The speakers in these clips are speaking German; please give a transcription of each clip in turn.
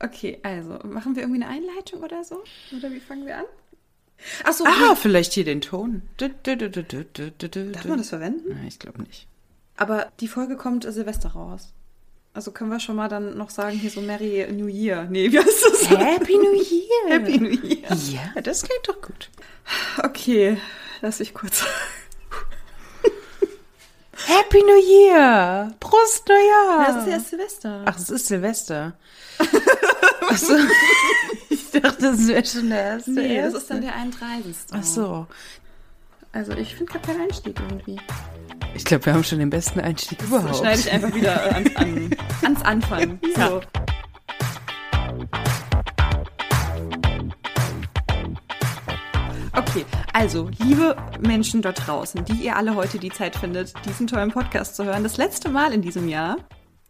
Okay, also machen wir irgendwie eine Einleitung oder so? Oder wie fangen wir an? Achso, Ah, vielleicht hier den Ton. Du, du, du, du, du, du, du, du. darf man das verwenden? Nein, ich glaube nicht. Aber die Folge kommt Silvester raus. Also können wir schon mal dann noch sagen, hier so Merry New Year. Nee, wie heißt das? Happy New Year. Happy New Year. Ja, das klingt doch gut. Okay, lass mich kurz. Happy New Year. Prost Neujahr. Das ist ja erst Silvester. Ah. Ach, es ist Silvester. Ach so. ich dachte, das wäre schon der erste. nee, das erste. ist dann der 31. ne? Ach so. Also ich finde gar keinen Einstieg irgendwie. Oh. Ich glaube, wir haben schon den besten Einstieg Das überhaupt. schneide ich einfach wieder äh, ans, an, ans Anfang. So. Okay, also, liebe Menschen dort draußen, die ihr alle heute die Zeit findet, diesen tollen Podcast zu hören, das letzte Mal in diesem Jahr.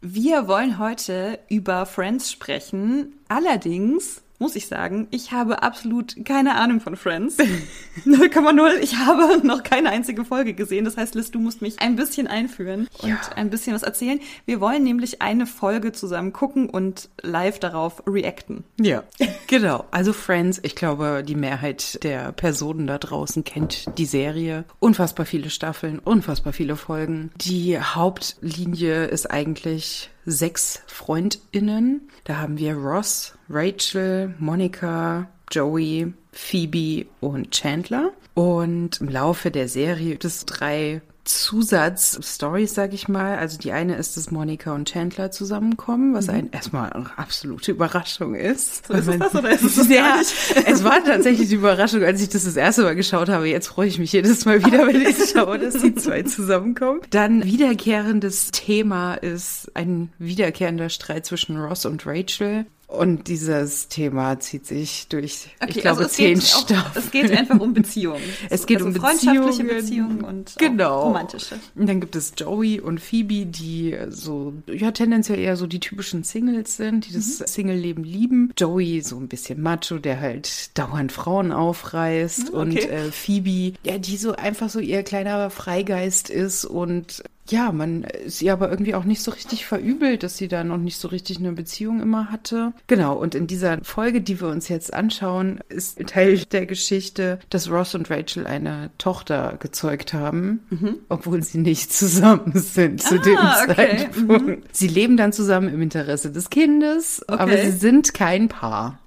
Wir wollen heute über Friends sprechen. Allerdings muss ich sagen, ich habe absolut keine Ahnung von Friends. 0,0. Ich habe noch keine einzige Folge gesehen. Das heißt, Liz, du musst mich ein bisschen einführen und ein bisschen was erzählen. Wir wollen nämlich eine Folge zusammen gucken und live darauf reacten. Ja, genau. Also Friends, ich glaube, die Mehrheit der Personen da draußen kennt die Serie. Unfassbar viele Staffeln, unfassbar viele Folgen. Die Hauptlinie ist eigentlich sechs Freundinnen. Da haben wir Ross, Rachel, Monica, Joey, Phoebe und Chandler. Und im Laufe der Serie gibt es drei Zusatzstories, sag ich mal. Also die eine ist, dass Monica und Chandler zusammenkommen, was ein erstmal eine absolute Überraschung ist. So, ist es das oder ist es das ja, gar nicht? es war tatsächlich die Überraschung, als ich das das erste Mal geschaut habe. Jetzt freue ich mich jedes Mal wieder, wenn ich schaue, dass die zwei zusammenkommen. Dann wiederkehrendes Thema ist ein wiederkehrender Streit zwischen Ross und Rachel. Und dieses Thema zieht sich durch, ich glaube, zehn also geht auch- Staffeln. Es geht einfach um Beziehungen. Es geht also um freundschaftliche Beziehungen. Beziehungen und auch Genau. romantische. Und dann gibt es Joey und Phoebe, die so, ja, tendenziell eher so die typischen Singles sind, die Mhm. das Single-Leben lieben. Joey so ein bisschen macho, der halt dauernd Frauen aufreißt Hm, und okay. äh, Phoebe, ja, die so einfach so ihr kleiner Freigeist ist und ja, man ist ihr aber irgendwie auch nicht so richtig verübelt, dass sie da noch nicht so richtig eine Beziehung immer hatte. Genau, und in dieser Folge, die wir uns jetzt anschauen, ist Teil der Geschichte, dass Ross und Rachel eine Tochter gezeugt haben, obwohl sie nicht zusammen sind zu dem Mhm. Ah, okay, Zeitpunkt. Sie leben dann zusammen im Interesse des Kindes, aber Okay. Mhm. sie sind kein Paar.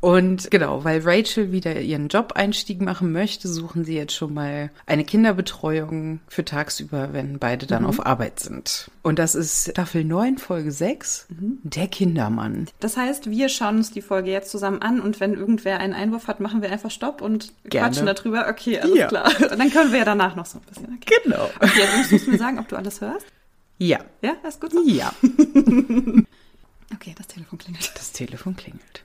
Und genau, weil Rachel wieder ihren Job-Einstieg machen möchte, suchen sie jetzt schon mal eine Kinderbetreuung für tagsüber, wenn beide dann Mhm. auf Arbeit sind. Und das ist Staffel 9, Folge 6, Mhm. der Kindermann. Das heißt, wir schauen uns die Folge jetzt zusammen an und wenn irgendwer einen Einwurf hat, machen wir einfach Stopp und Gerne. quatschen darüber. Okay, alles Ja. klar. Und dann können wir ja danach noch so ein bisschen. Okay, Genau. okay also musst du mir sagen, ob du alles hörst. Ja, Ja, ist gut so? ja. Okay, das Telefon klingelt. Das Telefon klingelt.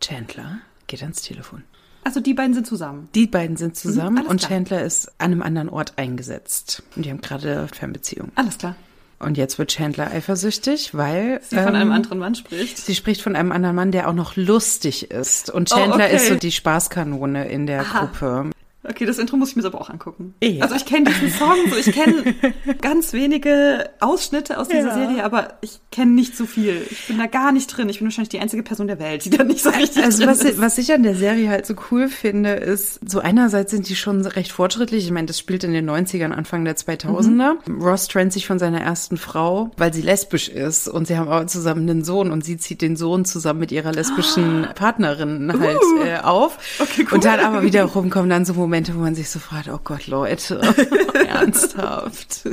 Chandler geht ans Telefon. Also die beiden sind zusammen. Die beiden sind Mhm, zusammen alles und klar. Chandler ist an einem anderen Ort eingesetzt. Und die haben gerade Fernbeziehung. Alles klar. Und jetzt wird Chandler eifersüchtig, weil Sie von einem ähm, anderen Mann spricht. Sie spricht von einem anderen Mann, der auch noch lustig ist. Und Oh, Chandler okay. ist so die Spaßkanone in der Aha. Gruppe. Okay, das Intro muss ich mir aber auch angucken. Ja. Also ich kenne diesen Song, so ich kenne ganz wenige Ausschnitte aus dieser Ja. Serie, aber ich kenne nicht so viel. Ich bin da gar nicht drin. Ich bin wahrscheinlich die einzige Person der Welt, die da nicht so richtig Also drin was, ist. was ich an der Serie halt so cool finde, ist, so einerseits sind die schon recht fortschrittlich. Ich meine, das spielt in den 90ern, Anfang der 2000er. Mhm. Ross trennt sich von seiner ersten Frau, weil sie lesbisch ist. Und sie haben aber zusammen einen Sohn. Und sie zieht den Sohn zusammen mit ihrer lesbischen Partnerin halt äh, auf. Uh. Okay, cool. Und dann aber wiederum kommen dann so Momente, wo man sich so fragt, oh Gott, Leute, ernsthaft.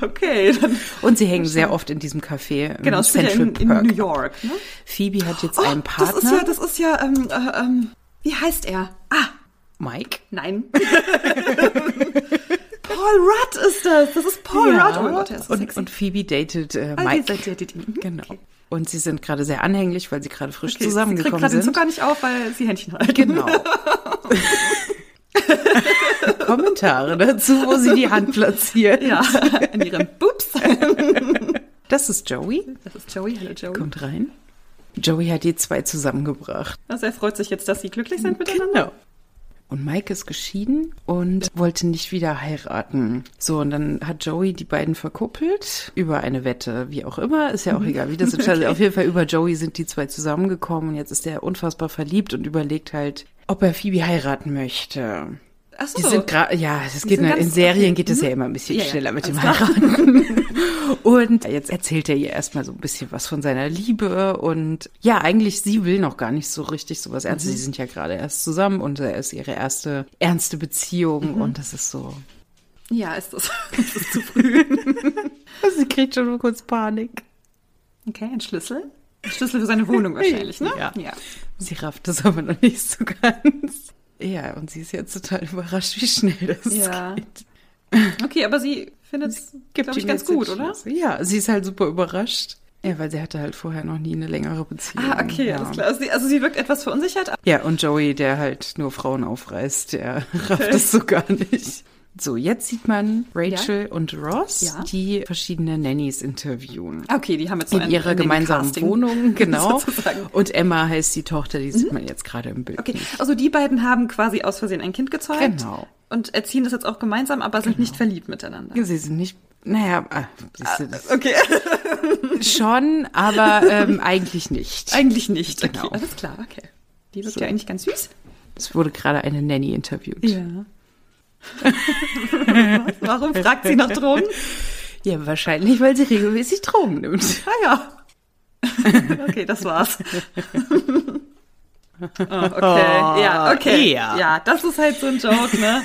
Okay, dann Und sie hängen sehr oft in diesem Café im genau, es spielt ja Central in, in Perk. New York. Ne? Phoebe hat jetzt Oh, einen Partner, Das ist ja, das ist ja, ähm, äh, ähm, wie heißt er? Ah, Mike. nein. Paul Rudd ist das. Das ist Paul Ja. Rudd. Oh mein Gott, er ist so und, sexy. und Phoebe datet äh, Ah, die- Mike. die- die- die- mhm. Genau. Okay. Und sie sind gerade sehr anhänglich, weil sie gerade frisch Okay, Sie kriegt zusammengekommen gerade den sind. Zucker nicht auf, weil sie Händchen halten. Genau. Kommentare dazu, wo sie die Hand platziert. Ja, in ihrem Bups. Das ist Joey. Das ist Joey, hallo Joey. Kommt rein. Joey hat die zwei zusammengebracht. Also er freut sich jetzt, dass sie glücklich sind miteinander. Genau. Und Mike ist geschieden und wollte nicht wieder heiraten. So, und dann hat Joey die beiden verkuppelt über eine Wette, wie auch immer, ist ja auch egal, wie das ist. Also Auf jeden Fall über Joey sind die zwei zusammengekommen und jetzt ist er unfassbar verliebt und überlegt halt, ob er Phoebe heiraten möchte. Ach so. Die sind gerade, ja, das geht sind in, ganz- in Serien okay, geht es mhm. ja immer ein bisschen Ja, ja, schneller mit dem alles klar. Heiraten. Und jetzt erzählt er ihr erstmal so ein bisschen was von seiner Liebe und ja, eigentlich sie will noch gar nicht so richtig sowas Ernstes. Sie sind ja gerade erst zusammen und er ist ihre erste ernste Beziehung und das ist so. ja, ist das. ist das zu früh. Sie kriegt schon kurz Panik. Okay, ein Schlüssel. Ein Schlüssel für seine Wohnung wahrscheinlich, ne? Ja. ja. Sie rafft das aber noch nicht so ganz. Ja, und sie ist jetzt total überrascht, wie schnell das Ja. geht. Okay, aber sie findet es, Gibt glaube ich, ihm ganz jetzt den gut, oder? Schlüssel. Ja, sie ist halt super überrascht. Ja, weil sie hatte halt vorher noch nie eine längere Beziehung. Ah, okay, ja. alles klar. Also sie, also sie wirkt etwas verunsichert. aber- Ja, und Joey, der halt nur Frauen aufreißt, der rafft es so gar nicht. So, jetzt sieht man Rachel und Ross, Ja. die verschiedene Nannies interviewen. Ah, Okay, die haben jetzt so In ein, ihrer ein gemeinsamen Casting. Wohnung, genau. sozusagen. Mhm. Und Emma heißt die Tochter, die sieht man jetzt gerade im Bild. Okay, nicht. also die beiden haben quasi aus Versehen ein Kind gezeugt. Genau. Und erziehen das jetzt auch gemeinsam, aber sind nicht verliebt miteinander. Sie sind nicht, naja, ah, siehst du, das Okay, schon, aber ähm, eigentlich nicht. eigentlich nicht. Genau. Okay, alles klar, okay. Die wirkt ja eigentlich ganz süß. Es wurde gerade eine Nanny interviewt. Ja. Warum fragt sie nach Drogen? Ja, wahrscheinlich, weil sie regelmäßig Drogen nimmt. Ah ja. Okay, das war's. Oh, okay, ja, okay. Ah, ja. Ja, das ist halt so ein Joke, ne?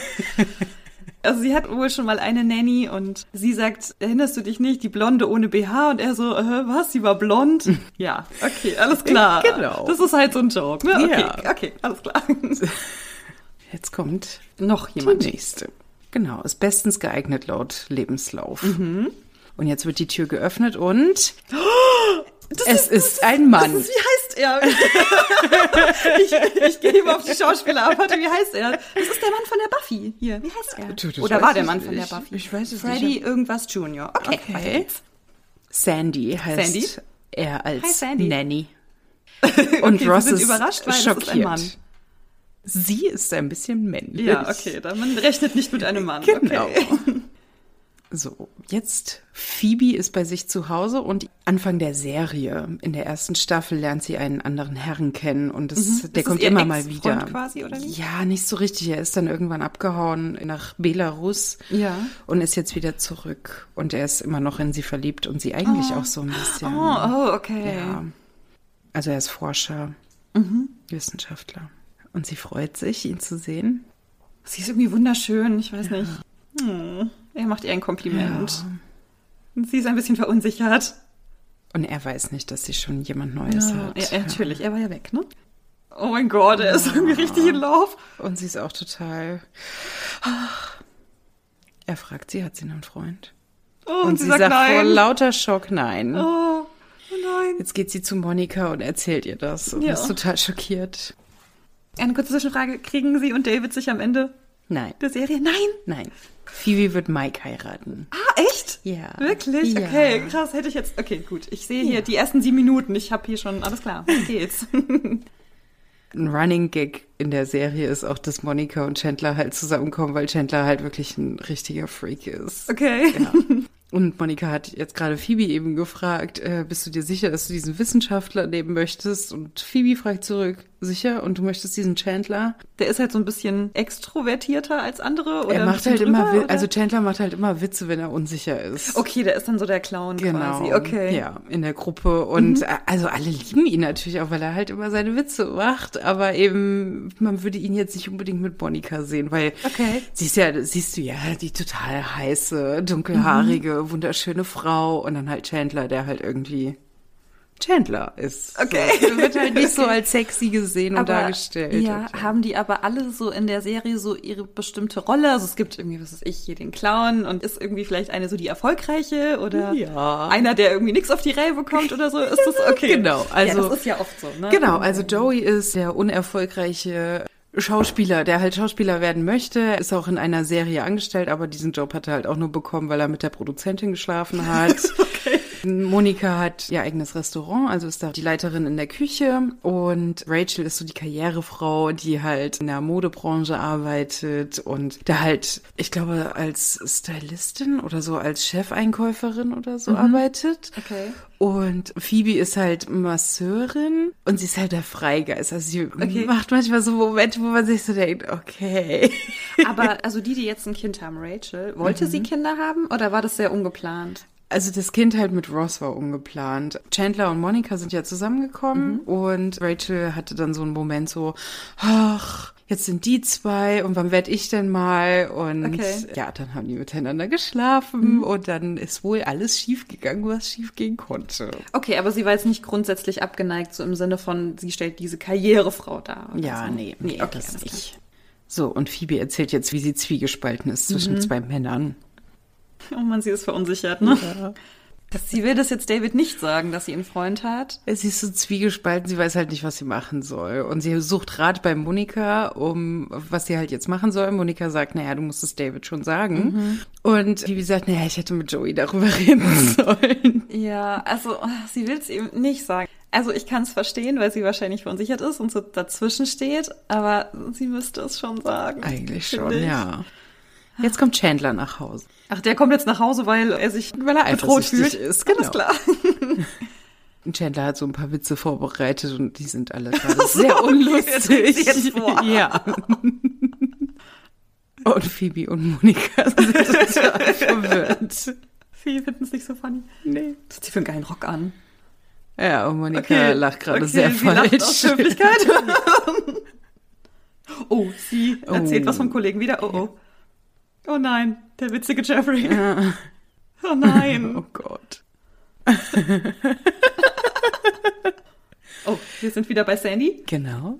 Also sie hat wohl schon mal eine Nanny und sie sagt, erinnerst du dich nicht, die Blonde ohne BH? Und er so, äh, was, sie war blond? Ja, okay, alles klar. Genau. Das ist halt so ein Joke, ne? Okay, Ja. okay, alles klar. Jetzt kommt Noch die jemand. nächste. Genau, ist bestens geeignet laut Lebenslauf. Mhm. Und jetzt wird die Tür geöffnet und es ist, ein Mann. Das ist, wie heißt er? ich, ich gehe immer auf die Schauspielerarbeit. Wie heißt er? Das ist der Mann von der Buffy hier. Wie heißt er? Du, das Oder weiß war der ich Mann von der nicht. Buffy? Ich weiß es Freddy nicht. irgendwas Junior. Okay. Okay. weiter geht's. Sandy heißt Sandy? er als Hi, Sandy. Nanny. Und Okay, Ross sie sind ist überrascht, weil das ist ein schockiert. Mann. Sie ist ein bisschen männlich. Ja, okay. Dann man rechnet nicht mit einem Mann. Genau. Okay. So, jetzt Phoebe ist bei sich zu Hause und Anfang der Serie, in der ersten Staffel, lernt sie einen anderen Herren kennen und das, der Mhm. Ist das kommt ihr immer mal Ex-Freund wieder. quasi, oder wie? Ja, nicht so richtig. Er ist dann irgendwann abgehauen nach Belarus Ja. und ist jetzt wieder zurück. Und er ist immer noch in sie verliebt und sie eigentlich auch so ein bisschen. Oh, oh, Ah. okay. Mhm. Ja. Also er ist Forscher, Wissenschaftler. Und sie freut sich, ihn zu sehen. Sie ist irgendwie wunderschön. Ich weiß nicht. Hm. Er macht ihr ein Kompliment. Und Sie ist ein bisschen verunsichert. Und er weiß nicht, dass sie schon jemand Neues hat. Ja, ja, natürlich. Er war ja weg, ne? Oh mein Gott, er ist irgendwie richtig in Lauf. Und sie ist auch total. ah. Er fragt sie, hat sie einen Freund? Oh, und, sie, sagt, vor nein. lauter Schock nein. Oh, oh nein. Jetzt geht sie zu Monika und erzählt ihr das und Ja. ist total schockiert. Eine kurze Zwischenfrage. Kriegen sie und David sich am Ende Nein, der Serie? Nein. nein. Phoebe wird Mike heiraten. Ah, echt? Ja. Wirklich? Ja. Okay, krass. Hätte ich jetzt... Okay, gut. Ich sehe hier Ja. die ersten sieben Minuten. Ich habe hier schon... Alles klar. Wie geht's? Ein Running Gag in der Serie ist auch, dass Monika und Chandler halt zusammenkommen, weil Chandler halt wirklich ein richtiger Freak ist. Okay. Ja. Und Monika hat jetzt gerade Phoebe eben gefragt, äh, bist du dir sicher, dass du diesen Wissenschaftler nehmen möchtest? Und Phoebe fragt zurück, sicher? Und du möchtest diesen Chandler? Der ist halt so ein bisschen extrovertierter als andere. Oder er ein macht bisschen halt drüber, immer, Wi- oder? also Chandler macht halt immer Witze, wenn er unsicher ist. Okay, der ist dann so der Clown Genau. quasi. Okay. Mhm. Ja, in der Gruppe. Und äh, also alle lieben ihn natürlich auch, weil er halt immer seine Witze macht. Aber eben, man würde ihn jetzt nicht unbedingt mit Monika sehen, weil Okay. sie ist ja, siehst du ja, die total heiße, Mhm. dunkelhaarige, wunderschöne Frau. Und dann halt Chandler, der halt irgendwie Chandler ist. Okay. So, er wird halt nicht so als sexy gesehen und dargestellt. Ja, Und, haben die aber alle so in der Serie so ihre bestimmte Rolle? Also es gibt irgendwie, was weiß ich, hier den Clown und ist irgendwie vielleicht eine so die erfolgreiche oder Ja. einer, der irgendwie nichts auf die Reihe bekommt oder so. Ist das okay? Genau, also- ja, das ist ja oft so, ne? Genau, also Joey ist der unerfolgreiche Schauspieler, der halt Schauspieler werden möchte, Er ist auch in einer Serie angestellt, aber diesen Job hat er halt auch nur bekommen, weil er mit der Produzentin geschlafen hat. Monika hat ihr eigenes Restaurant, also ist da die Leiterin in der Küche und Rachel ist so die Karrierefrau, die halt in der Modebranche arbeitet und da halt, ich glaube, als Stylistin oder so als Chefeinkäuferin oder so arbeitet. Okay. Und Phoebe ist halt Masseurin und sie ist halt der Freigeist. Also sie macht manchmal so Momente, wo man sich so denkt, okay. Aber also die, die jetzt ein Kind haben, Rachel, wollte Mhm. sie Kinder haben oder war das sehr ungeplant? Also das Kind halt mit Ross war ungeplant. Chandler und Monika sind ja zusammengekommen und Rachel hatte dann so einen Moment so, ach, jetzt sind die zwei und wann werd ich denn mal? Und Okay. ja, dann haben die miteinander geschlafen und dann ist wohl alles schiefgegangen, was schiefgehen konnte. Okay, aber sie war jetzt nicht grundsätzlich abgeneigt, so im Sinne von, sie stellt diese Karrierefrau dar. oder Ja, so. nee, nee, okay, das alles klar. nicht. So, und Phoebe erzählt jetzt, wie sie zwiegespalten ist zwischen zwei Männern. Oh man, sie ist verunsichert, ne? Das, sie will das jetzt David nicht sagen, dass sie einen Freund hat. Sie ist so zwiegespalten, sie weiß halt nicht, was sie machen soll. Und sie sucht Rat bei Monika, um was sie halt jetzt machen soll. Monika sagt, naja, du musst es David schon sagen. Und Phoebe sagt, naja, ich hätte mit Joey darüber reden sollen. Ja, also ah, sie will es ihm nicht sagen. Also ich kann es verstehen, weil sie wahrscheinlich verunsichert ist und so dazwischen steht, aber sie müsste es schon sagen. Eigentlich finde schon, ich. ja. Jetzt kommt Chandler nach Hause. Ach, der kommt jetzt nach Hause, weil er sich weil er bedroht fühlt. eifersüchtig ist, Alles genau. klar. Und Chandler hat so ein paar Witze vorbereitet und die sind alle gerade sehr unlustig. sie jetzt vor. Ja. Und Phoebe und Monika sind total verwirrt. Viele finden es nicht so funny. Nee. Was hat sie für einen geilen Rock an? Ja, und Monika lacht gerade sehr sie falsch. Lacht aus Höflichkeit. oh, sie erzählt Oh. was vom Kollegen wieder. Oh, oh. Oh nein, der witzige Jeffrey. Oh nein. oh Gott. Oh, wir sind wieder bei Sandy. Genau.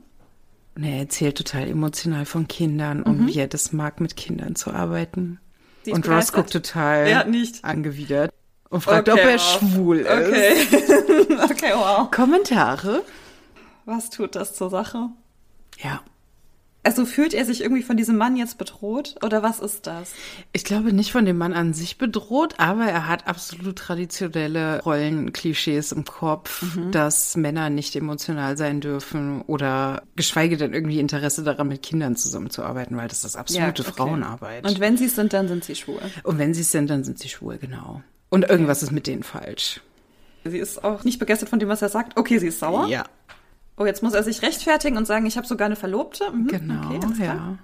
Und er erzählt total emotional von Kindern und wie er das mag, mit Kindern zu arbeiten. Mhm. Sie ist Und Ross begeistert. guckt total Er hat nicht. angewidert und fragt, ob Okay, er wow. schwul ist. Okay. okay, wow. Kommentare? Was tut das zur Sache? Ja. Also fühlt er sich irgendwie von diesem Mann jetzt bedroht? Oder was ist das? Ich glaube nicht von dem Mann an sich bedroht, aber er hat absolut traditionelle Rollenklischees im Kopf, Mhm. dass Männer nicht emotional sein dürfen oder geschweige denn irgendwie Interesse daran, mit Kindern zusammenzuarbeiten, weil das ist absolute okay. Frauenarbeit. Und wenn sie es sind, dann sind sie schwul. Und wenn sie es sind, dann sind sie schwul, genau. Und irgendwas ist mit denen falsch. Sie ist auch nicht begeistert von dem, was er sagt. Okay, sie ist sauer. Ja, Oh, jetzt muss er sich rechtfertigen und sagen, ich habe sogar eine Verlobte. Mhm, genau. okay, alles klar.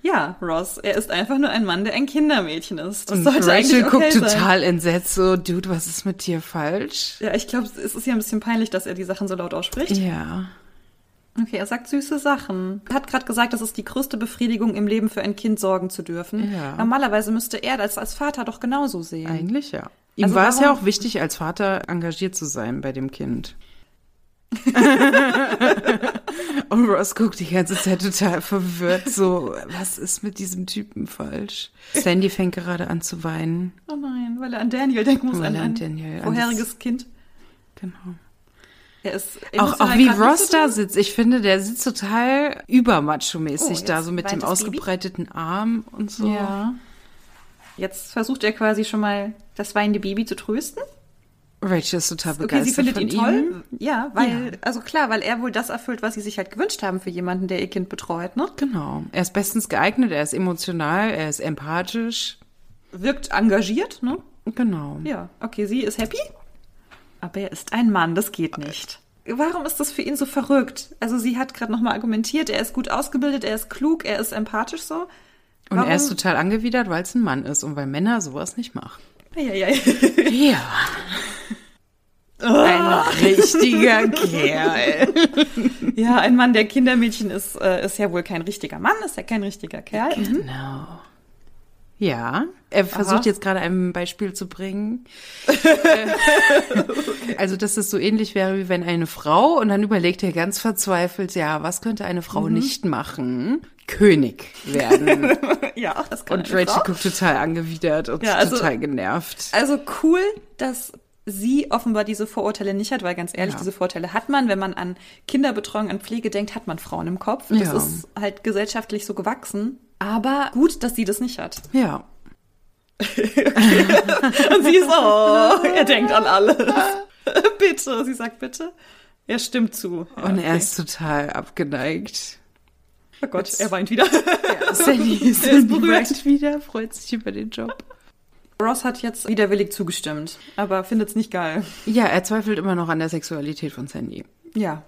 ja. Ja, Ross, er ist einfach nur ein Mann, der ein Kindermädchen ist. Das Und sollte Rachel eigentlich okay guckt sein. total entsetzt, so, Dude, was ist mit dir falsch? Ja, ich glaube, es ist ja ein bisschen peinlich, dass er die Sachen so laut ausspricht. Ja. Okay, er sagt süße Sachen. Er hat gerade gesagt, das ist die größte Befriedigung im Leben, für ein Kind sorgen zu dürfen. Ja. Normalerweise müsste er das als Vater doch genauso sehen. Eigentlich ja. Ihm Also war es ja warum- auch wichtig, als Vater engagiert zu sein bei dem Kind. Und Ross guckt die ganze Zeit total verwirrt, so, was ist mit diesem Typen falsch? Sandy fängt gerade an zu weinen. Oh nein, weil er an Daniel denken muss, Weil an er an ein Daniel, an vorheriges Kind. Genau. Er ist Auch, emotional auch wie grad nicht Ross so da drin. sitzt. Ich finde, der sitzt total Oh, übermacho-mäßig jetzt da, so mit dem weint das Baby? ausgebreiteten Arm und so. Ja. Jetzt versucht er quasi schon mal das weinende Baby zu trösten. Rachel ist total Okay, begeistert sie findet Also von ihn ihm. toll. Ja, weil, Ja. also klar, weil er wohl das erfüllt, was sie sich halt gewünscht haben für jemanden, der ihr Kind betreut, ne? Genau. Er ist bestens geeignet, er ist emotional, er ist empathisch. Wirkt engagiert, ne? Genau. Ja, okay, sie ist happy. Aber er ist ein Mann, das geht nicht. Warum ist das für ihn so verrückt? Also sie hat gerade nochmal argumentiert, er ist gut ausgebildet, er ist klug, er ist empathisch so. Und Warum? er ist total angewidert, weil es ein Mann ist und weil Männer sowas nicht machen. Eieiei. Ja. Ah. Ein richtiger Kerl. Ja, ein Mann, der Kindermädchen ist, äh, ist ja wohl kein richtiger Mann, ist ja kein richtiger Kerl. Mhm. Genau. Ja, er versucht jetzt gerade ein Beispiel zu bringen. Äh, also, dass es so ähnlich wäre, wie wenn eine Frau, und dann überlegt er ganz verzweifelt, ja, was könnte eine Frau Mhm. nicht machen? König werden. Ja, das kann Und eine Rachel Frau. guckt total angewidert und Ja, also- total genervt. Also cool, dass sie offenbar diese Vorurteile nicht hat, weil ganz ehrlich, Ja. diese Vorurteile hat man, wenn man an Kinderbetreuung, an Pflege denkt, hat man Frauen im Kopf. Das Ja. ist halt gesellschaftlich so gewachsen. Aber gut, dass sie das nicht hat. Ja. Und sie so, oh, er denkt an alles. bitte, sie sagt bitte. Er stimmt zu. Ja, Und er okay. ist total abgeneigt. oh Gott, er weint wieder. Sandy, Er ist Sandy berührt. weint wieder, freut sich über den Job. Ross hat jetzt widerwillig zugestimmt, aber findet's nicht geil. Ja, er zweifelt immer noch an der Sexualität von Sandy. Ja.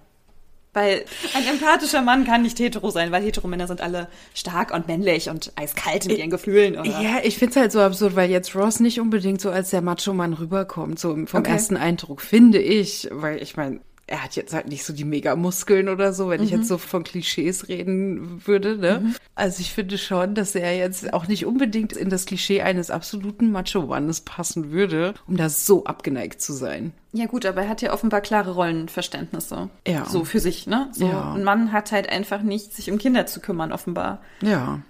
Weil ein empathischer Mann kann nicht hetero sein, weil hetero Männer sind alle stark und männlich und eiskalt in ihren Gefühlen, oder? Ja, ich find's halt so absurd, weil jetzt Ross nicht unbedingt so als der Macho-Mann rüberkommt, so im- vom Okay. ersten Eindruck, finde ich. Weil ich meine, er hat jetzt halt nicht so die Mega-Muskeln oder so, wenn ich jetzt so von Klischees reden würde. Ne? Also ich finde schon, dass er jetzt auch nicht unbedingt in das Klischee eines absoluten Macho-Mannes passen würde, um da so abgeneigt zu sein. Ja gut, aber er hat ja offenbar klare Rollenverständnisse. Ja. So für sich, ne? So Ja. ein Mann hat halt einfach nicht, sich um Kinder zu kümmern, offenbar. Ja.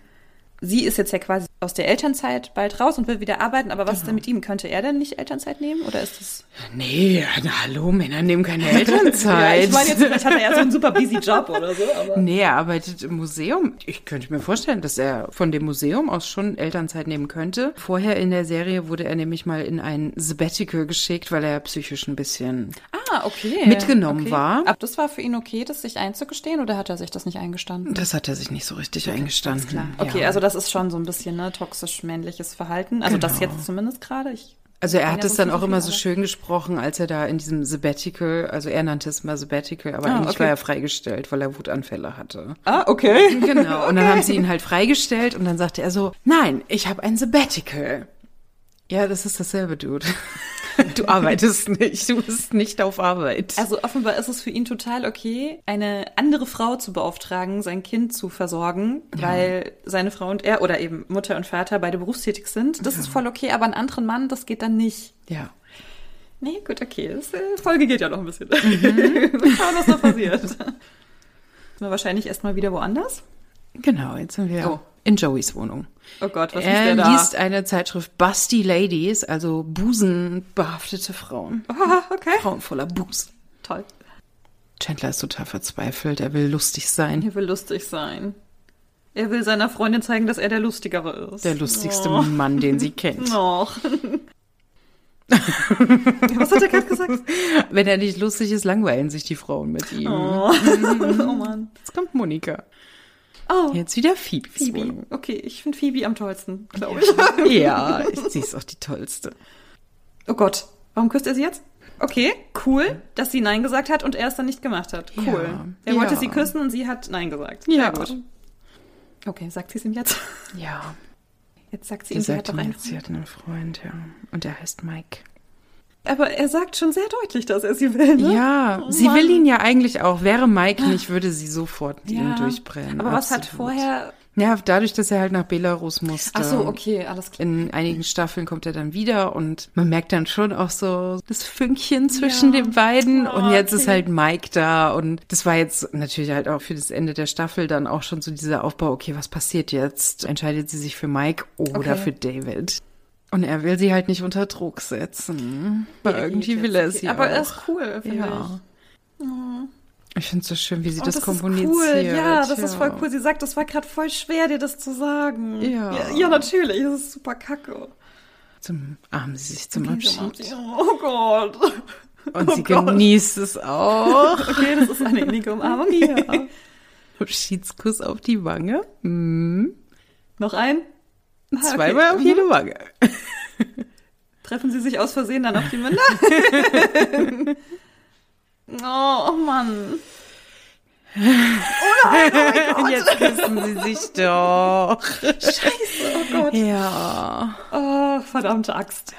Sie ist jetzt ja quasi aus der Elternzeit bald raus und will wieder arbeiten, aber was ist denn mit ihm? Könnte er denn nicht Elternzeit nehmen? Oder ist das. Nee, na hallo, Männer nehmen keine Elternzeit. Ja, ich meine jetzt, vielleicht hat er ja so einen super busy Job oder so, aber. Nee, er arbeitet im Museum. Ich könnte mir vorstellen, dass er von dem Museum aus schon Elternzeit nehmen könnte. Vorher in der Serie wurde er nämlich mal in ein Sabbatical geschickt, weil er psychisch ein bisschen. Ah, okay. Mitgenommen war. Aber das war für ihn okay, das sich einzugestehen oder hat er sich das nicht eingestanden? Das hat er sich nicht so richtig eingestanden. Klar. Okay, ja. also das ist schon so ein bisschen ne, toxisch-männliches Verhalten. Also das Genau. jetzt zumindest gerade. Ich Also er kann hat ja es sonst dann nicht auch viel, immer so aber- schön gesprochen, als er da in diesem Sabbatical, also er nannte es mal Sabbatical, aber Ah, eigentlich okay. war er freigestellt, weil er Wutanfälle hatte. Ah, okay. Genau. Und dann haben sie ihn halt freigestellt und dann sagte er so, nein, ich habe ein Sabbatical. Ja, das ist dasselbe, Dude. Du arbeitest nicht, du bist nicht auf Arbeit. Also offenbar ist es für ihn total okay, eine andere Frau zu beauftragen, sein Kind zu versorgen, weil seine Frau und er oder eben Mutter und Vater beide berufstätig sind. Das ist voll okay, aber einen anderen Mann, das geht dann nicht. ja. Nee, gut, okay. Das, äh, Folge geht ja noch ein bisschen. Mal Mhm. schauen, was da passiert. Sind wir wahrscheinlich erstmal wieder woanders? Genau, jetzt sind wir Oh. in Joeys Wohnung. Oh Gott, was er ist der da? liest eine Zeitschrift Busty Ladies, also busenbehaftete Frauen. Ah, okay. Frauen voller Busen. Toll. Chandler ist total verzweifelt, er will lustig sein. Er will lustig sein. Er will seiner Freundin zeigen, dass er der Lustigere ist. Der lustigste Oh. Mann, den sie kennt. Noch. Was hat er gerade gesagt? Wenn er nicht lustig ist, langweilen sich die Frauen mit ihm. Oh, oh Mann. Jetzt kommt Monika. Oh, Mhm. Jetzt wieder Phoebe. Phoebe. Okay, ich finde Phoebe am tollsten, glaube ich. Ja, ich, sie ist auch die tollste. Oh Gott, warum küsst er sie jetzt? Okay, cool, dass sie Nein gesagt hat und er es dann nicht gemacht hat. Cool. Ja. Er wollte Ja. sie küssen und sie hat Nein gesagt. Sehr Ja. gut. Okay, sagt sie es ihm jetzt? Ja, Jetzt sagt sie sie ihm, sie hat sagt doch ihm einen jetzt, sie hat einen Freund, ja. Und er heißt Mike. Aber er sagt schon sehr deutlich, dass er sie will. Ne? Ja, Oh sie Mann. will ihn ja eigentlich auch. Wäre Mike nicht, würde sie sofort ihn durchbrennen. Aber was hat absolut. vorher. Ja, dadurch, dass er halt nach Belarus musste. Ach so, okay, alles klar. In einigen Staffeln kommt er dann wieder und man merkt dann schon auch so das Fünkchen zwischen den beiden. Oh, und jetzt ist okay. halt Mike da und das war jetzt natürlich halt auch für das Ende der Staffel dann auch schon so dieser Aufbau, okay, was passiert jetzt? Entscheidet sie sich für Mike oder Okay. für David? Und er will sie halt nicht unter Druck setzen. Aber Er geht irgendwie jetzt, will er okay. sie Aber auch. er ist cool, finde ich. ja. Ich finde es so schön, wie sie Oh, das, kommuniziert. Ist cool. Ja, das ist ja. voll cool. Sie sagt, das war gerade voll schwer, dir das zu sagen. Ja. Ja, ja natürlich. Das ist super kacke. Zum Armen sie sich zum Diese Mom- Abschied. Oh Gott. Und Oh sie Gott. genießt es auch. Okay, das ist eine innige Umarmung. Ja. Abschiedskuss auf die Wange. Hm, Noch ein? Ah, okay. Zweimal auf Mhm. jede Wange. Treffen sie sich aus Versehen dann auf die Münder? oh, oh Mann. Jetzt küssen sie sich doch. Scheiße, oh Gott. Ja, Oh, verdammte Axt.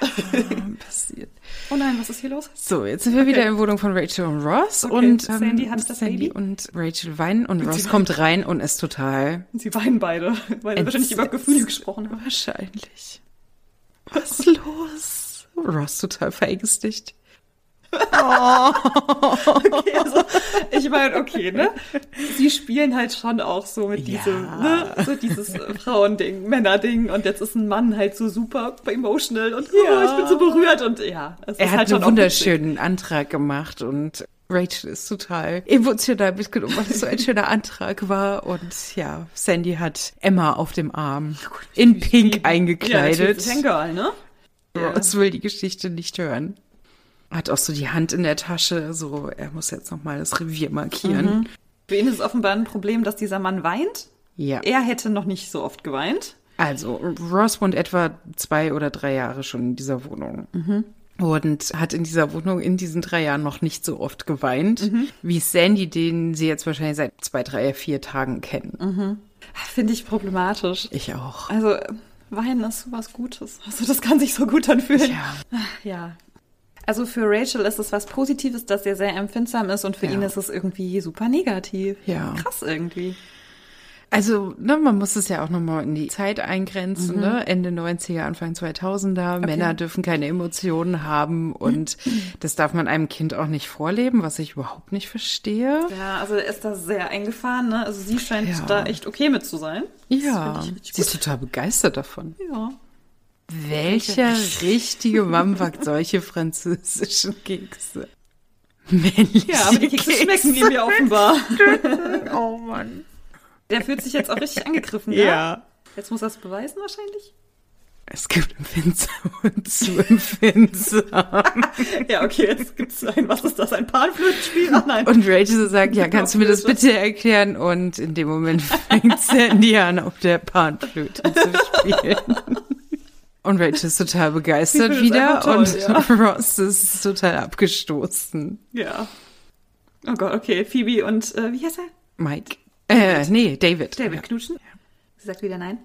passiert. Oh nein, was ist hier los? So, jetzt sind wir wieder in Wohnung von Rachel und Ross. Okay, Und ähm, Sandy hat das Sandy Baby. und Rachel weinen und Ross kommt rein und ist total Und sie weinen beide, weil sie wahrscheinlich über Entsetzt. Gefühle gesprochen haben. wahrscheinlich. Was ist los? Ross total verängstigt. Okay, also, ich meine, okay, ne? Sie spielen halt schon auch so mit Ja. diesem, ne? So dieses äh, Frauending, Männerding und jetzt ist ein Mann halt so super emotional und oh, Ja. ich bin so berührt und ja. Es Er ist hat halt schon einen auch witzig. wunderschönen Antrag gemacht und Rachel ist total emotional mitgenommen, weil es so ein schöner Antrag war. Und ja, Sandy hat Emma auf dem Arm in Pink eingekleidet. Ja, natürlich, Girl, ne? Ja. Ross will die Geschichte nicht hören. Hat auch so die Hand in der Tasche, so er muss jetzt nochmal das Revier markieren. Mhm. Für ihn ist es offenbar ein Problem, dass dieser Mann weint. Ja. Er hätte noch nicht so oft geweint. Also, Ross wohnt etwa zwei oder drei Jahre schon in dieser Wohnung. Mhm. Und hat in dieser Wohnung in diesen drei Jahren noch nicht so oft geweint, Mhm. wie Sandy, den sie jetzt wahrscheinlich seit zwei, drei, vier Tagen kennen. Mhm. Finde ich problematisch. Ich auch. Also, weinen ist sowas Gutes. Also, das kann sich so gut anfühlen. Ja. Ja. Also für Rachel ist es was Positives, dass er sehr empfindsam ist und für Ja. ihn ist es irgendwie super negativ. Ja. Krass irgendwie. Also, ne, man muss es ja auch nochmal in die Zeit Mhm. eingrenzen, ne? Ende 90er, Anfang 2000er. Männer dürfen keine Emotionen Mhm. haben und das darf man einem Kind auch nicht vorleben, was ich überhaupt nicht verstehe. Ja, also er ist da sehr eingefahren, ne? Also sie scheint Ja. da echt okay mit zu sein. Ja, Das finde ich sie richtig ist total begeistert davon. gut. Ja. Welcher richtige Mann backt solche französischen Kekse? Männliche ja, aber die Kekse schmecken ihm ja offenbar. Oh Mann. Der fühlt sich jetzt auch richtig angegriffen, ne? Ja. Jetzt muss er es beweisen wahrscheinlich. Es gibt Empfindsam und zu empfindsam. Ja, okay, jetzt gibt's ein, was ist das, ein Panflötenspiel? Ach nein. Und Rachel sagt, ja, kannst du mir das Genau. bitte erklären? Und in dem Moment fängt Sandy an, auf der Panflöte zu spielen. Und Rachel ist total Ich begeistert finde wieder das einfach und toll, Ross ist total abgestoßen. Ja. Oh Gott, okay, Phoebe und, äh, wie heißt er? Mike. Äh, nee, David. David knutschen? Sie sagt wieder nein.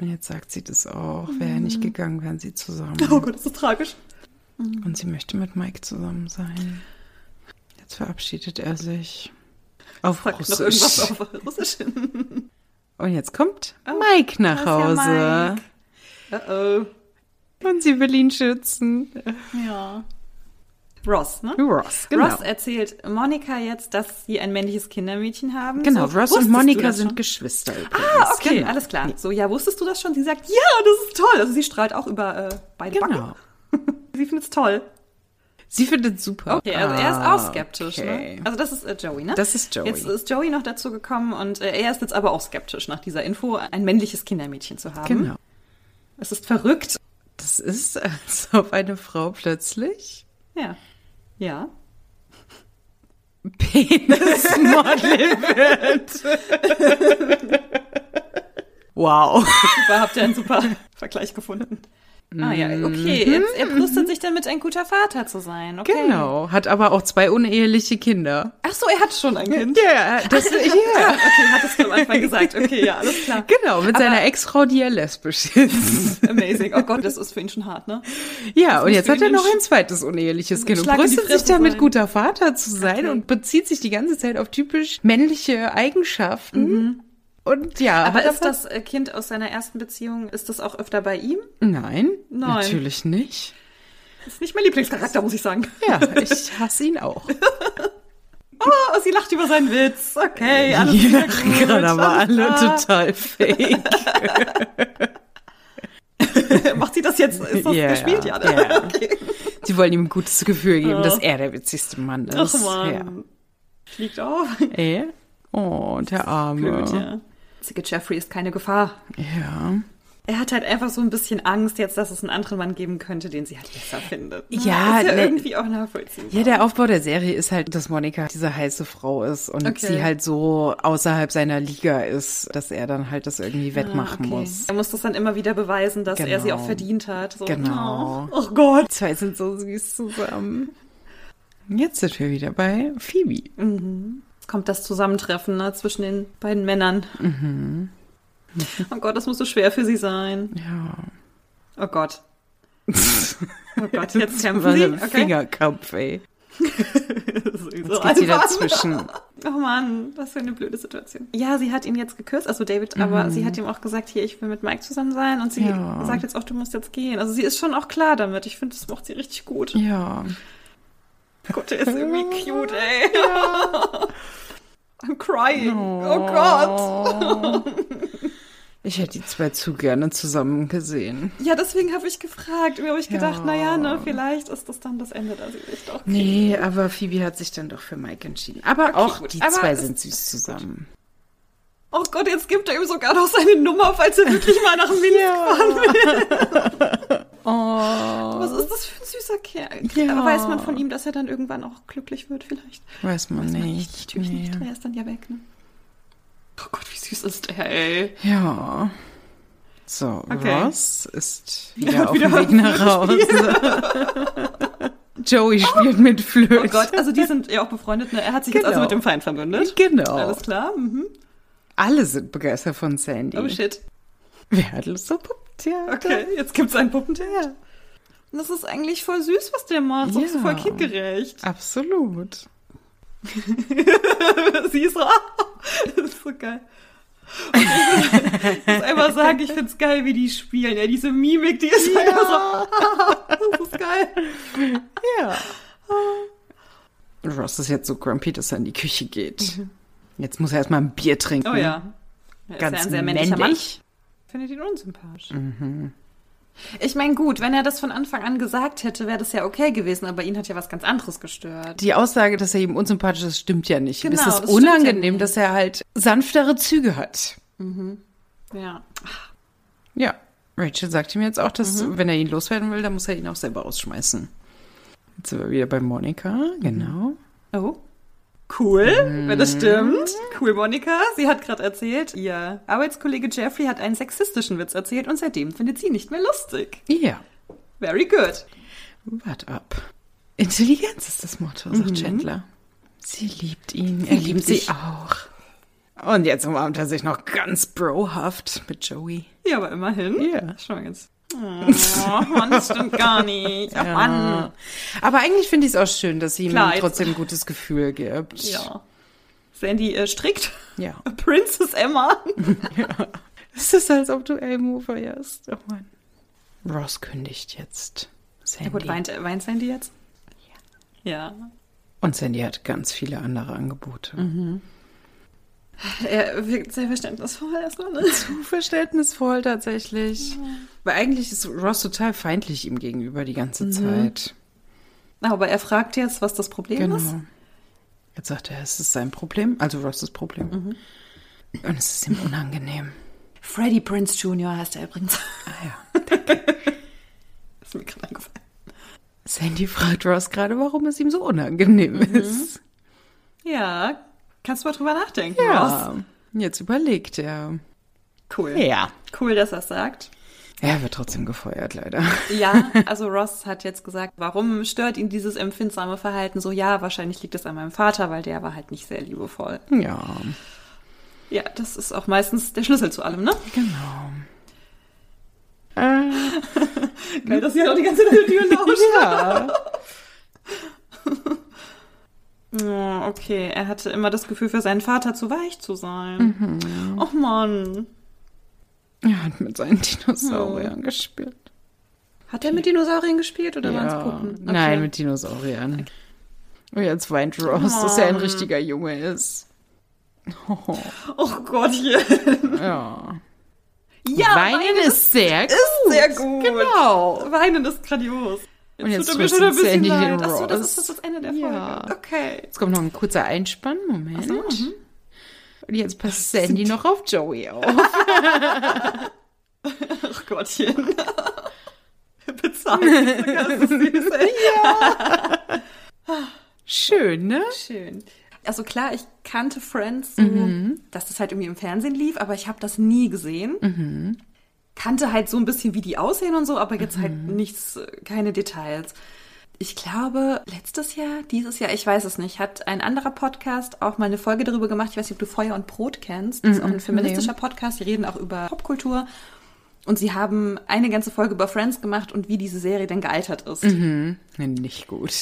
Und jetzt sagt sie das auch. Wäre er nicht gegangen, wären sie zusammen. Mhm. Oh Gott, ist das tragisch. Und sie möchte mit Mike zusammen sein. Jetzt verabschiedet er sich. Auf Sagt noch Russisch. irgendwas auf Russisch. Und jetzt kommt Mike nach da ist Hause. ja Mike. Uh-oh. Und sie will ihn schützen. Ja. Ross, ne? Ross, genau. Ross erzählt Monika jetzt, dass sie ein männliches Kindermädchen haben. genau, So, Ross wusstest und du Monika das sind schon? Geschwister übrigens. Ah, okay, Genau. alles klar. So, ja, wusstest du das schon? Sie sagt, ja, das ist toll. Also sie strahlt auch über äh, beide Backen. Genau. Sie findet's toll. Sie findet super. Okay, also er ist Ah, auch skeptisch. okay. Ne? Also das ist äh, Joey, ne? Das ist Joey. Jetzt ist Joey noch dazu gekommen und äh, er ist jetzt aber auch skeptisch nach dieser Info, ein männliches Kindermädchen zu haben. Genau. Es ist verrückt. Das ist, als ob eine Frau plötzlich Ja. Ja. Penismodel wird. wow. Super, habt ihr einen super Vergleich gefunden. Ah ja, Mhm. okay. Jetzt, er brüstet sich damit, ein guter Vater zu sein. Okay. Genau. Hat aber auch zwei uneheliche Kinder. Ach so, er hat schon ein Kind. Ja, das Ah, ja. Okay, hattest du am Anfang gesagt. Okay, ja, alles klar. Genau, mit seiner Ex-Frau, die er lesbisch ist. Amazing. Oh Gott, das ist für ihn schon hart, ne? Ja, und muss jetzt für hat er ihn noch ein ein zweites uneheliches Kind und Schlag in die brüstet sich Fresse damit, sein. guter Vater zu sein Okay. und bezieht sich die ganze Zeit auf typisch männliche Eigenschaften. Und ja, Mhm. Aber hat ist aber- das äh, Kind aus seiner ersten Beziehung, ist das auch öfter bei ihm? Nein, Nein. natürlich nicht. Ist nicht mein Lieblingscharakter, muss ich sagen. Ja, ich hasse ihn auch. Oh, sie lacht über seinen Witz. Okay, alles Die wieder lachen gut. gerade aber alles alle klar. total fake. Macht sie das jetzt? Ist das Ja, gespielt? Ja, ne? ja. Okay. Sie wollen ihm ein gutes Gefühl geben, Ja. dass er der witzigste Oh. Mann ist. Ach man. Fliegt auf. Ja. Äh? Oh, der Arme. Blöd, ja. Sicke Jeffrey ist keine Gefahr. ja. Er hat halt einfach so ein bisschen Angst jetzt, dass es einen anderen Mann geben könnte, den sie halt besser findet. ne? Ja, ist ja ne- irgendwie auch nachvollziehbar. Ja, der Aufbau der Serie ist halt, dass Monika diese heiße Frau ist und Okay. sie halt so außerhalb seiner Liga ist, dass er dann halt das irgendwie wettmachen Ah, okay. muss. Er muss das dann immer wieder beweisen, dass er Genau. sie auch verdient hat. So, Genau. Oh, oh Gott. ähm, Die zwei sind so süß zusammen. Jetzt sind wir wieder bei Phoebe. Jetzt kommt das Zusammentreffen ne, zwischen den beiden Männern. Mhm. Oh Gott, das muss so schwer für sie sein. Ja. Oh Gott. Oh Gott, jetzt War kämpfen sie. ein Okay. also Fingerkampf, ey. Das ist sowieso Jetzt geht sie einfach. dazwischen. Oh Mann, was für eine blöde Situation. Ja, sie hat ihn jetzt geküsst, also David, aber sie hat ihm auch gesagt, hier, ich will mit Mike zusammen sein. Und sie Mhm. Ja. sagt jetzt auch, du musst jetzt gehen. Also sie ist schon auch klar damit. Ich finde, das macht sie richtig gut. Ja. Gott, der ist irgendwie cute, ey. Oh. I'm crying. Oh, Gott. Ich hätte die zwei zu gerne zusammen gesehen. Ja, deswegen habe ich gefragt. Mir habe ich gedacht, Ja. na ja, ne, vielleicht ist das dann das Ende, dass ich mich doch. Nee, aber Phoebe hat sich dann doch für Mike entschieden. Aber auch gut, die aber zwei es- sind süß zusammen. Oh Gott, jetzt gibt er ihm sogar noch seine Nummer, falls er wirklich mal nach Minsk fahren will. Oh, Was ist das für ein süßer Kerl? Ja. Aber weiß man von ihm, dass er dann irgendwann auch glücklich wird, vielleicht? weiß Oh, man nicht. Natürlich nee. nicht, weil er ist dann ja weg, ne? Oh Gott, wie süß ist der, ey. Ja. So, Okay. Ross ist wieder Hat auf wieder dem Weg nach Hause. Joey spielt mit Flöte. Oh Gott, also die sind ja auch befreundet, ne? Er hat sich jetzt also Genau. mit dem Feind verbündet. Genau. Alles klar, mhm. Alle sind begeistert von Sandy. Oh shit. Wer hat Lust auf Puppentheater? Okay, jetzt gibt's einen Puppentheater. Das ist eigentlich voll süß, was der macht. Das ist Ja. voll kindgerecht. Absolut. Sie ist so, ah, das ist so geil. Und Ich muss einfach sagen, ich find's geil, wie die spielen. Ja, diese Mimik, die ist einfach so, ah, das ist geil. Ja. Ross ist jetzt so grumpy, dass er in die Küche geht. Jetzt muss er erstmal ein Bier trinken. Mhm. Oh ja. Er ist ja Hm. Ganz ein sehr männlicher Mann. männlich. Findet ihn unsympathisch. Mhm. Ich meine, gut, wenn er das von Anfang an gesagt hätte, wäre das ja okay gewesen, aber ihn hat ja was ganz anderes gestört. Die Aussage, dass er ihm unsympathisch ist, stimmt ja nicht. Genau, es das ist stimmt ja unangenehm, nicht. dass er halt sanftere Züge hat. Ja. Ja, Rachel sagt ihm jetzt auch, dass Mhm. wenn er ihn loswerden will, dann muss er ihn auch selber rausschmeißen. Jetzt sind wir wieder bei Monika, genau. Oh. Cool, wenn das stimmt. Mhm. Cool, Monika. Sie hat gerade erzählt, ihr Arbeitskollege Jeffrey hat einen sexistischen Witz erzählt und seitdem findet sie ihn nicht mehr lustig. Ja, Very good. wart ab. Intelligenz ist das Motto, sagt Mhm. Chandler. Sie liebt ihn, er liebt sie dich. auch. Und jetzt umarmt er sich noch ganz brohaft mit Joey. Ja, aber immerhin. Ja. Schon mal ganz. Oh, Mann, das stimmt gar nicht. Ach, Mann. Aber eigentlich finde ich es auch schön, dass sie ihm Klar, jetzt- trotzdem ein gutes Gefühl gibt. Ja. Sandy äh, strickt. Ja. Princess Emma. Es ist, als ob du Elmo feierst. Oh Mann. Ross kündigt jetzt. Sandy. Ja, gut, weint, weint Sandy jetzt? Ja. Und Sandy hat ganz viele andere Angebote. Mhm. Ja. Er wirkt sehr verständnisvoll erstmal, ne? Verständnisvoll tatsächlich. Weil eigentlich ist Ross total feindlich ihm gegenüber die Mhm. ganze Zeit. Aber er fragt jetzt, was das Problem ist. Genau. Jetzt sagt er, es ist sein Problem, also Rosses Problem. Und es ist ihm unangenehm. Freddie Prince Jr. heißt er übrigens. Ah ja. ist mir gerade eingefallen. Sandy fragt Ross gerade, warum es ihm so unangenehm ist. Ja, kannst du mal drüber nachdenken. Ross. Ja. Jetzt überlegt er. Cool. Ja. Cool, dass er es sagt. Er wird trotzdem gefeuert, leider. Ja, also Ross hat jetzt gesagt, warum stört ihn dieses empfindsame Verhalten so? Ja, wahrscheinlich liegt es an meinem Vater, weil der war halt nicht sehr liebevoll. Ja. Ja, das ist auch meistens der Schlüssel zu allem, ne? Genau. Äh, Geil, dass sie halt auch die ganze Zeit die Tür lauscht. Ja. Oh, okay, er hatte immer das Gefühl, für seinen Vater zu weich zu sein. Mhm. Och Mann. Er hat mit seinen Dinosauriern gespielt. Hat er mit Dinosauriern gespielt oder waren es Ja. Puppen? Okay. Nein, mit Dinosauriern. Und jetzt weint Ross, dass er ein richtiger Junge ist. Oh, Oh Gottchen. ja. Ja, Weinen weinen ist sehr gut. ist sehr gut. Genau. Weinen ist grandios. Und jetzt tut er mir schon tröstet ein bisschen Sandy den leid. Achso, das Ross. ist das ist das Ende der Ja. Folge. Okay. Jetzt kommt noch ein kurzer Einspann. Moment. Ach so, mhm. Und jetzt passt Sandy noch auf Joey Oh, auf. Ach Gottchen. Bezahlt. sogar, das ist süß, ey. Schön, ne? Schön. Also klar, ich kannte Friends so, dass das halt irgendwie im Fernsehen lief, aber ich habe das nie gesehen. Kannte halt so ein bisschen, wie die aussehen und so, aber jetzt halt nichts, äh, keine Details. Ich glaube, letztes Jahr, dieses Jahr, ich weiß es nicht, hat ein anderer Podcast auch mal eine Folge darüber gemacht. Ich weiß nicht, ob du Feuer und Brot kennst. Das ist auch ein feministischer Podcast. Die reden auch über Popkultur. Und sie haben eine ganze Folge über Friends gemacht und wie diese Serie denn gealtert ist. Nee, Nicht gut.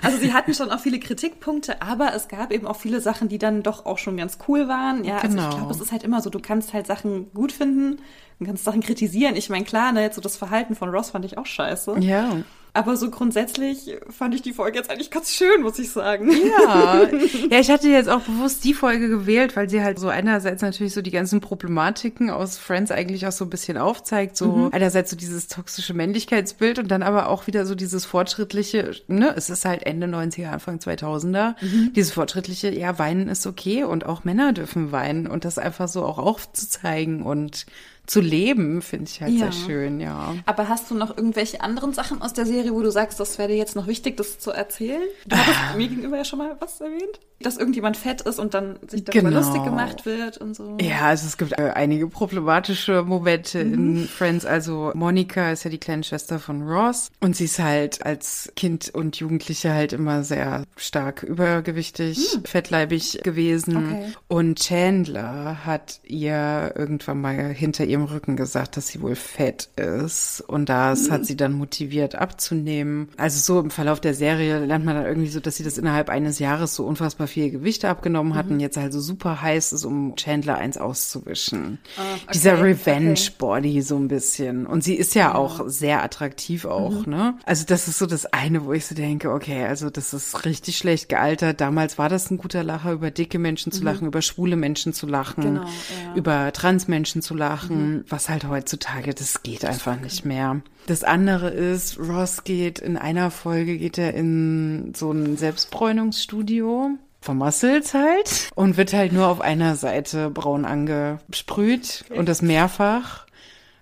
Also sie hatten schon auch viele Kritikpunkte, aber es gab eben auch viele Sachen, die dann doch auch schon ganz cool waren. Ja, also Genau. ich glaube, es ist halt immer so, du kannst halt Sachen gut finden und kannst Sachen kritisieren. Ich meine, klar, ne, jetzt so das Verhalten von Ross fand ich auch scheiße. ja. Aber so grundsätzlich fand ich die Folge jetzt eigentlich ganz schön, muss ich sagen. Ja. ja, ich hatte jetzt auch bewusst die Folge gewählt, weil sie halt so einerseits natürlich so die ganzen Problematiken aus Friends eigentlich auch so ein bisschen aufzeigt. So mhm. einerseits so dieses toxische Männlichkeitsbild und dann aber auch wieder so dieses fortschrittliche, ne, es ist halt Ende 90er, Anfang 2000er, mhm. dieses fortschrittliche, ja, weinen ist okay und auch Männer dürfen weinen und das einfach so auch aufzuzeigen und zu leben, finde ich halt ja. sehr schön, ja. Aber hast du noch irgendwelche anderen Sachen aus der Serie, wo du sagst, das wäre dir jetzt noch wichtig, das zu erzählen? Ah. Du hast mir gegenüber ja schon mal was erwähnt, dass irgendjemand fett ist und dann sich darüber genau. lustig gemacht wird und so. Ja, also es gibt einige problematische Momente mhm. in Friends. Also Monika ist ja die kleine Schwester von Ross und sie ist halt als Kind und Jugendliche halt immer sehr stark übergewichtig, mhm. fettleibig gewesen. Okay. Und Chandler hat ihr irgendwann mal hinter ihrem Rücken gesagt, dass sie wohl fett ist. Und das mhm. hat sie dann motiviert abzunehmen. Also so im Verlauf der Serie lernt man dann irgendwie so, dass sie das innerhalb eines Jahres so unfassbar viel Gewicht abgenommen hat mhm. und jetzt also super heiß ist, um Chandler eins auszuwischen. Oh, okay, Dieser Revenge-Body okay. so ein bisschen. Und sie ist ja, ja. auch sehr attraktiv auch, mhm. ne? Also das ist so das eine, wo ich so denke, okay, also das ist richtig schlecht gealtert. Damals war das ein guter Lacher, über dicke Menschen zu lachen, über schwule Menschen zu lachen, Mhm. genau, ja. über Transmenschen zu lachen was halt heutzutage, das geht einfach nicht mehr. Das andere ist, Ross geht in einer Folge, geht er in so ein Selbstbräunungsstudio vermasselt halt und wird halt nur auf einer Seite braun angesprüht okay. und das mehrfach.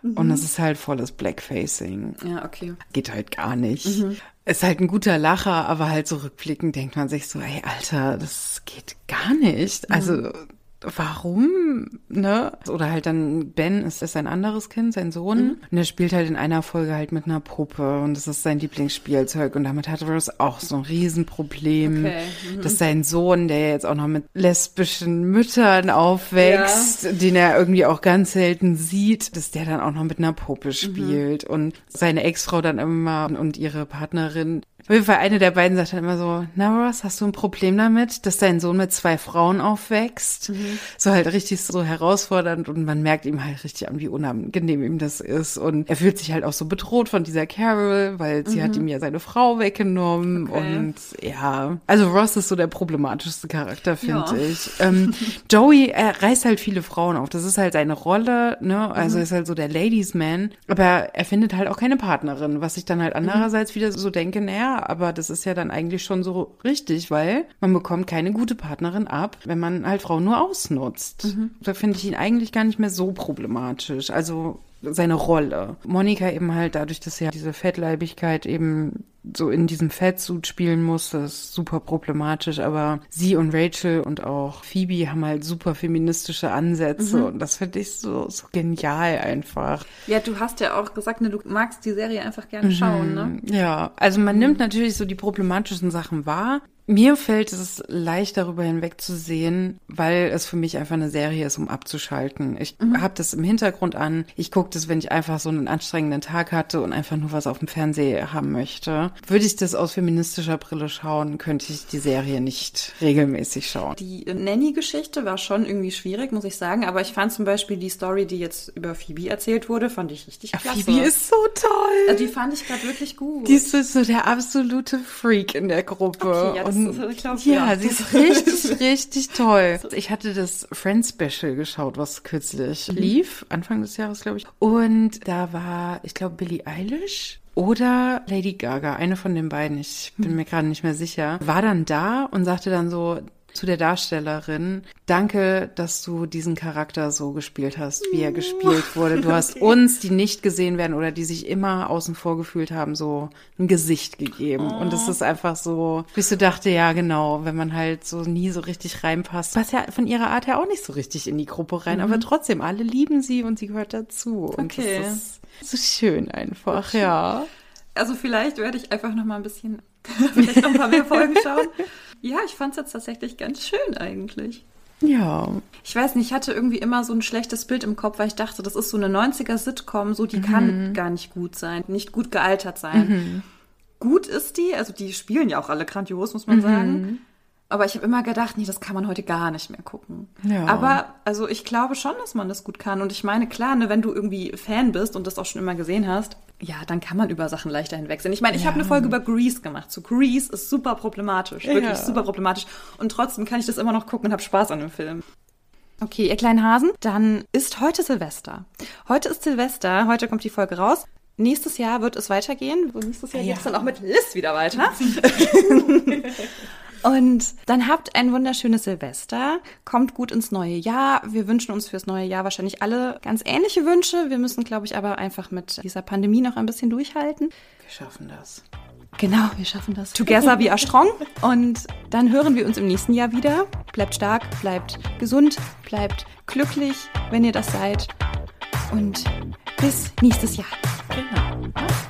Mhm. Und das ist halt volles Blackfacing. Ja, okay. Geht halt gar nicht. Mhm. Ist halt ein guter Lacher, aber halt so rückblickend denkt man sich so, ey, Alter, das geht gar nicht. Also, mhm warum, ne? Oder halt dann Ben ist, ist ein anderes Kind, sein Sohn. Mhm. Und der spielt halt in einer Folge halt mit einer Puppe und das ist sein Lieblingsspielzeug. Und damit hat Rose auch so ein Riesenproblem, okay. mhm. dass sein Sohn, der jetzt auch noch mit lesbischen Müttern aufwächst, ja. den er irgendwie auch ganz selten sieht, dass der dann auch noch mit einer Puppe spielt. Mhm. Und seine Ex-Frau dann immer und ihre Partnerin auf jeden Fall eine der beiden sagt dann immer so, na Ross, hast du ein Problem damit, dass dein Sohn mit zwei Frauen aufwächst? Mhm. So halt richtig so herausfordernd und man merkt ihm halt richtig an, wie unangenehm ihm das ist. Und er fühlt sich halt auch so bedroht von dieser Carol, weil sie mhm. hat ihm ja seine Frau weggenommen okay. und ja. Also Ross ist so der problematischste Charakter, finde ja. ich. Ähm, Joey er reißt halt viele Frauen auf. Das ist halt seine Rolle, ne? Also mhm. ist halt so der Ladies Man. Aber er findet halt auch keine Partnerin, was ich dann halt andererseits wieder so denke, naja, ja, aber das ist ja dann eigentlich schon so richtig, weil man bekommt keine gute Partnerin ab, wenn man halt Frauen nur ausnutzt. Mhm. Da finde ich ihn eigentlich gar nicht mehr so problematisch. Also seine Rolle. Monika eben halt dadurch, dass sie ja diese Fettleibigkeit eben so in diesem Fettsuit spielen muss, das ist super problematisch, aber sie und Rachel und auch Phoebe haben halt super feministische Ansätze mhm. und das finde ich so, so genial einfach. Ja, du hast ja auch gesagt, ne, du magst die Serie einfach gerne mhm. schauen, ne? Ja, also man mhm. nimmt natürlich so die problematischen Sachen wahr. Mir fällt es leicht darüber hinwegzusehen, weil es für mich einfach eine Serie ist, um abzuschalten. Ich mhm. habe das im Hintergrund an. Ich gucke das, wenn ich einfach so einen anstrengenden Tag hatte und einfach nur was auf dem Fernseher haben möchte würde ich das aus feministischer Brille schauen, könnte ich die Serie nicht regelmäßig schauen. Die Nanny-Geschichte war schon irgendwie schwierig, muss ich sagen, aber ich fand zum Beispiel die Story, die jetzt über Phoebe erzählt wurde, fand ich richtig klasse. Phoebe ist so toll. Also die fand ich gerade wirklich gut. Die ist so der absolute Freak in der Gruppe. Okay, ja, Und, ist, glaub, ja, ja, sie ist richtig, richtig toll. Ich hatte das Friends Special geschaut, was kürzlich lief, Anfang des Jahres, glaube ich. Und da war, ich glaube, Billie Eilish oder Lady Gaga, eine von den beiden, ich bin mir gerade nicht mehr sicher, war dann da und sagte dann so zu der Darstellerin, danke, dass du diesen Charakter so gespielt hast, wie er gespielt wurde. Du hast okay. uns, die nicht gesehen werden oder die sich immer außen vor gefühlt haben, so ein Gesicht gegeben. Oh. Und es ist einfach so, bis du dachte, ja genau, wenn man halt so nie so richtig reinpasst, passt ja von ihrer Art her auch nicht so richtig in die Gruppe rein, mhm. aber trotzdem, alle lieben sie und sie gehört dazu. Okay. So schön einfach, okay. ja. Also vielleicht werde ich einfach noch mal ein bisschen, vielleicht noch ein paar mehr Folgen schauen. Ja, ich fand es jetzt tatsächlich ganz schön eigentlich. Ja. Ich weiß nicht, ich hatte irgendwie immer so ein schlechtes Bild im Kopf, weil ich dachte, das ist so eine 90er-Sitcom, so die mhm. kann gar nicht gut sein, nicht gut gealtert sein. Mhm. Gut ist die, also die spielen ja auch alle grandios, muss man mhm. sagen. Aber ich habe immer gedacht, nee, das kann man heute gar nicht mehr gucken. Ja. Aber also ich glaube schon, dass man das gut kann. Und ich meine, klar, ne, wenn du irgendwie Fan bist und das auch schon immer gesehen hast, Ja, dann kann man über Sachen leichter hinwegsehen. Ich meine, ich habe eine Folge über Grease gemacht. So Grease ist super problematisch, wirklich Ja. super problematisch. Und trotzdem kann ich das immer noch gucken und habe Spaß an dem Film. Okay, ihr kleinen Hasen, dann ist heute Silvester. Heute ist Silvester, heute kommt die Folge raus. Nächstes Jahr wird es weitergehen. Und nächstes Jahr Ja. geht es dann auch mit Liz wieder weiter. Und dann habt ein wunderschönes Silvester, kommt gut ins neue Jahr. Wir wünschen uns fürs neue Jahr wahrscheinlich alle ganz ähnliche Wünsche. Wir müssen, glaube ich, aber einfach mit dieser Pandemie noch ein bisschen durchhalten. Wir schaffen das. Genau, wir schaffen das. Together we are strong. Und dann hören wir uns im nächsten Jahr wieder. Bleibt stark, bleibt gesund, bleibt glücklich, wenn ihr das seid. Und bis nächstes Jahr. Genau. Macht's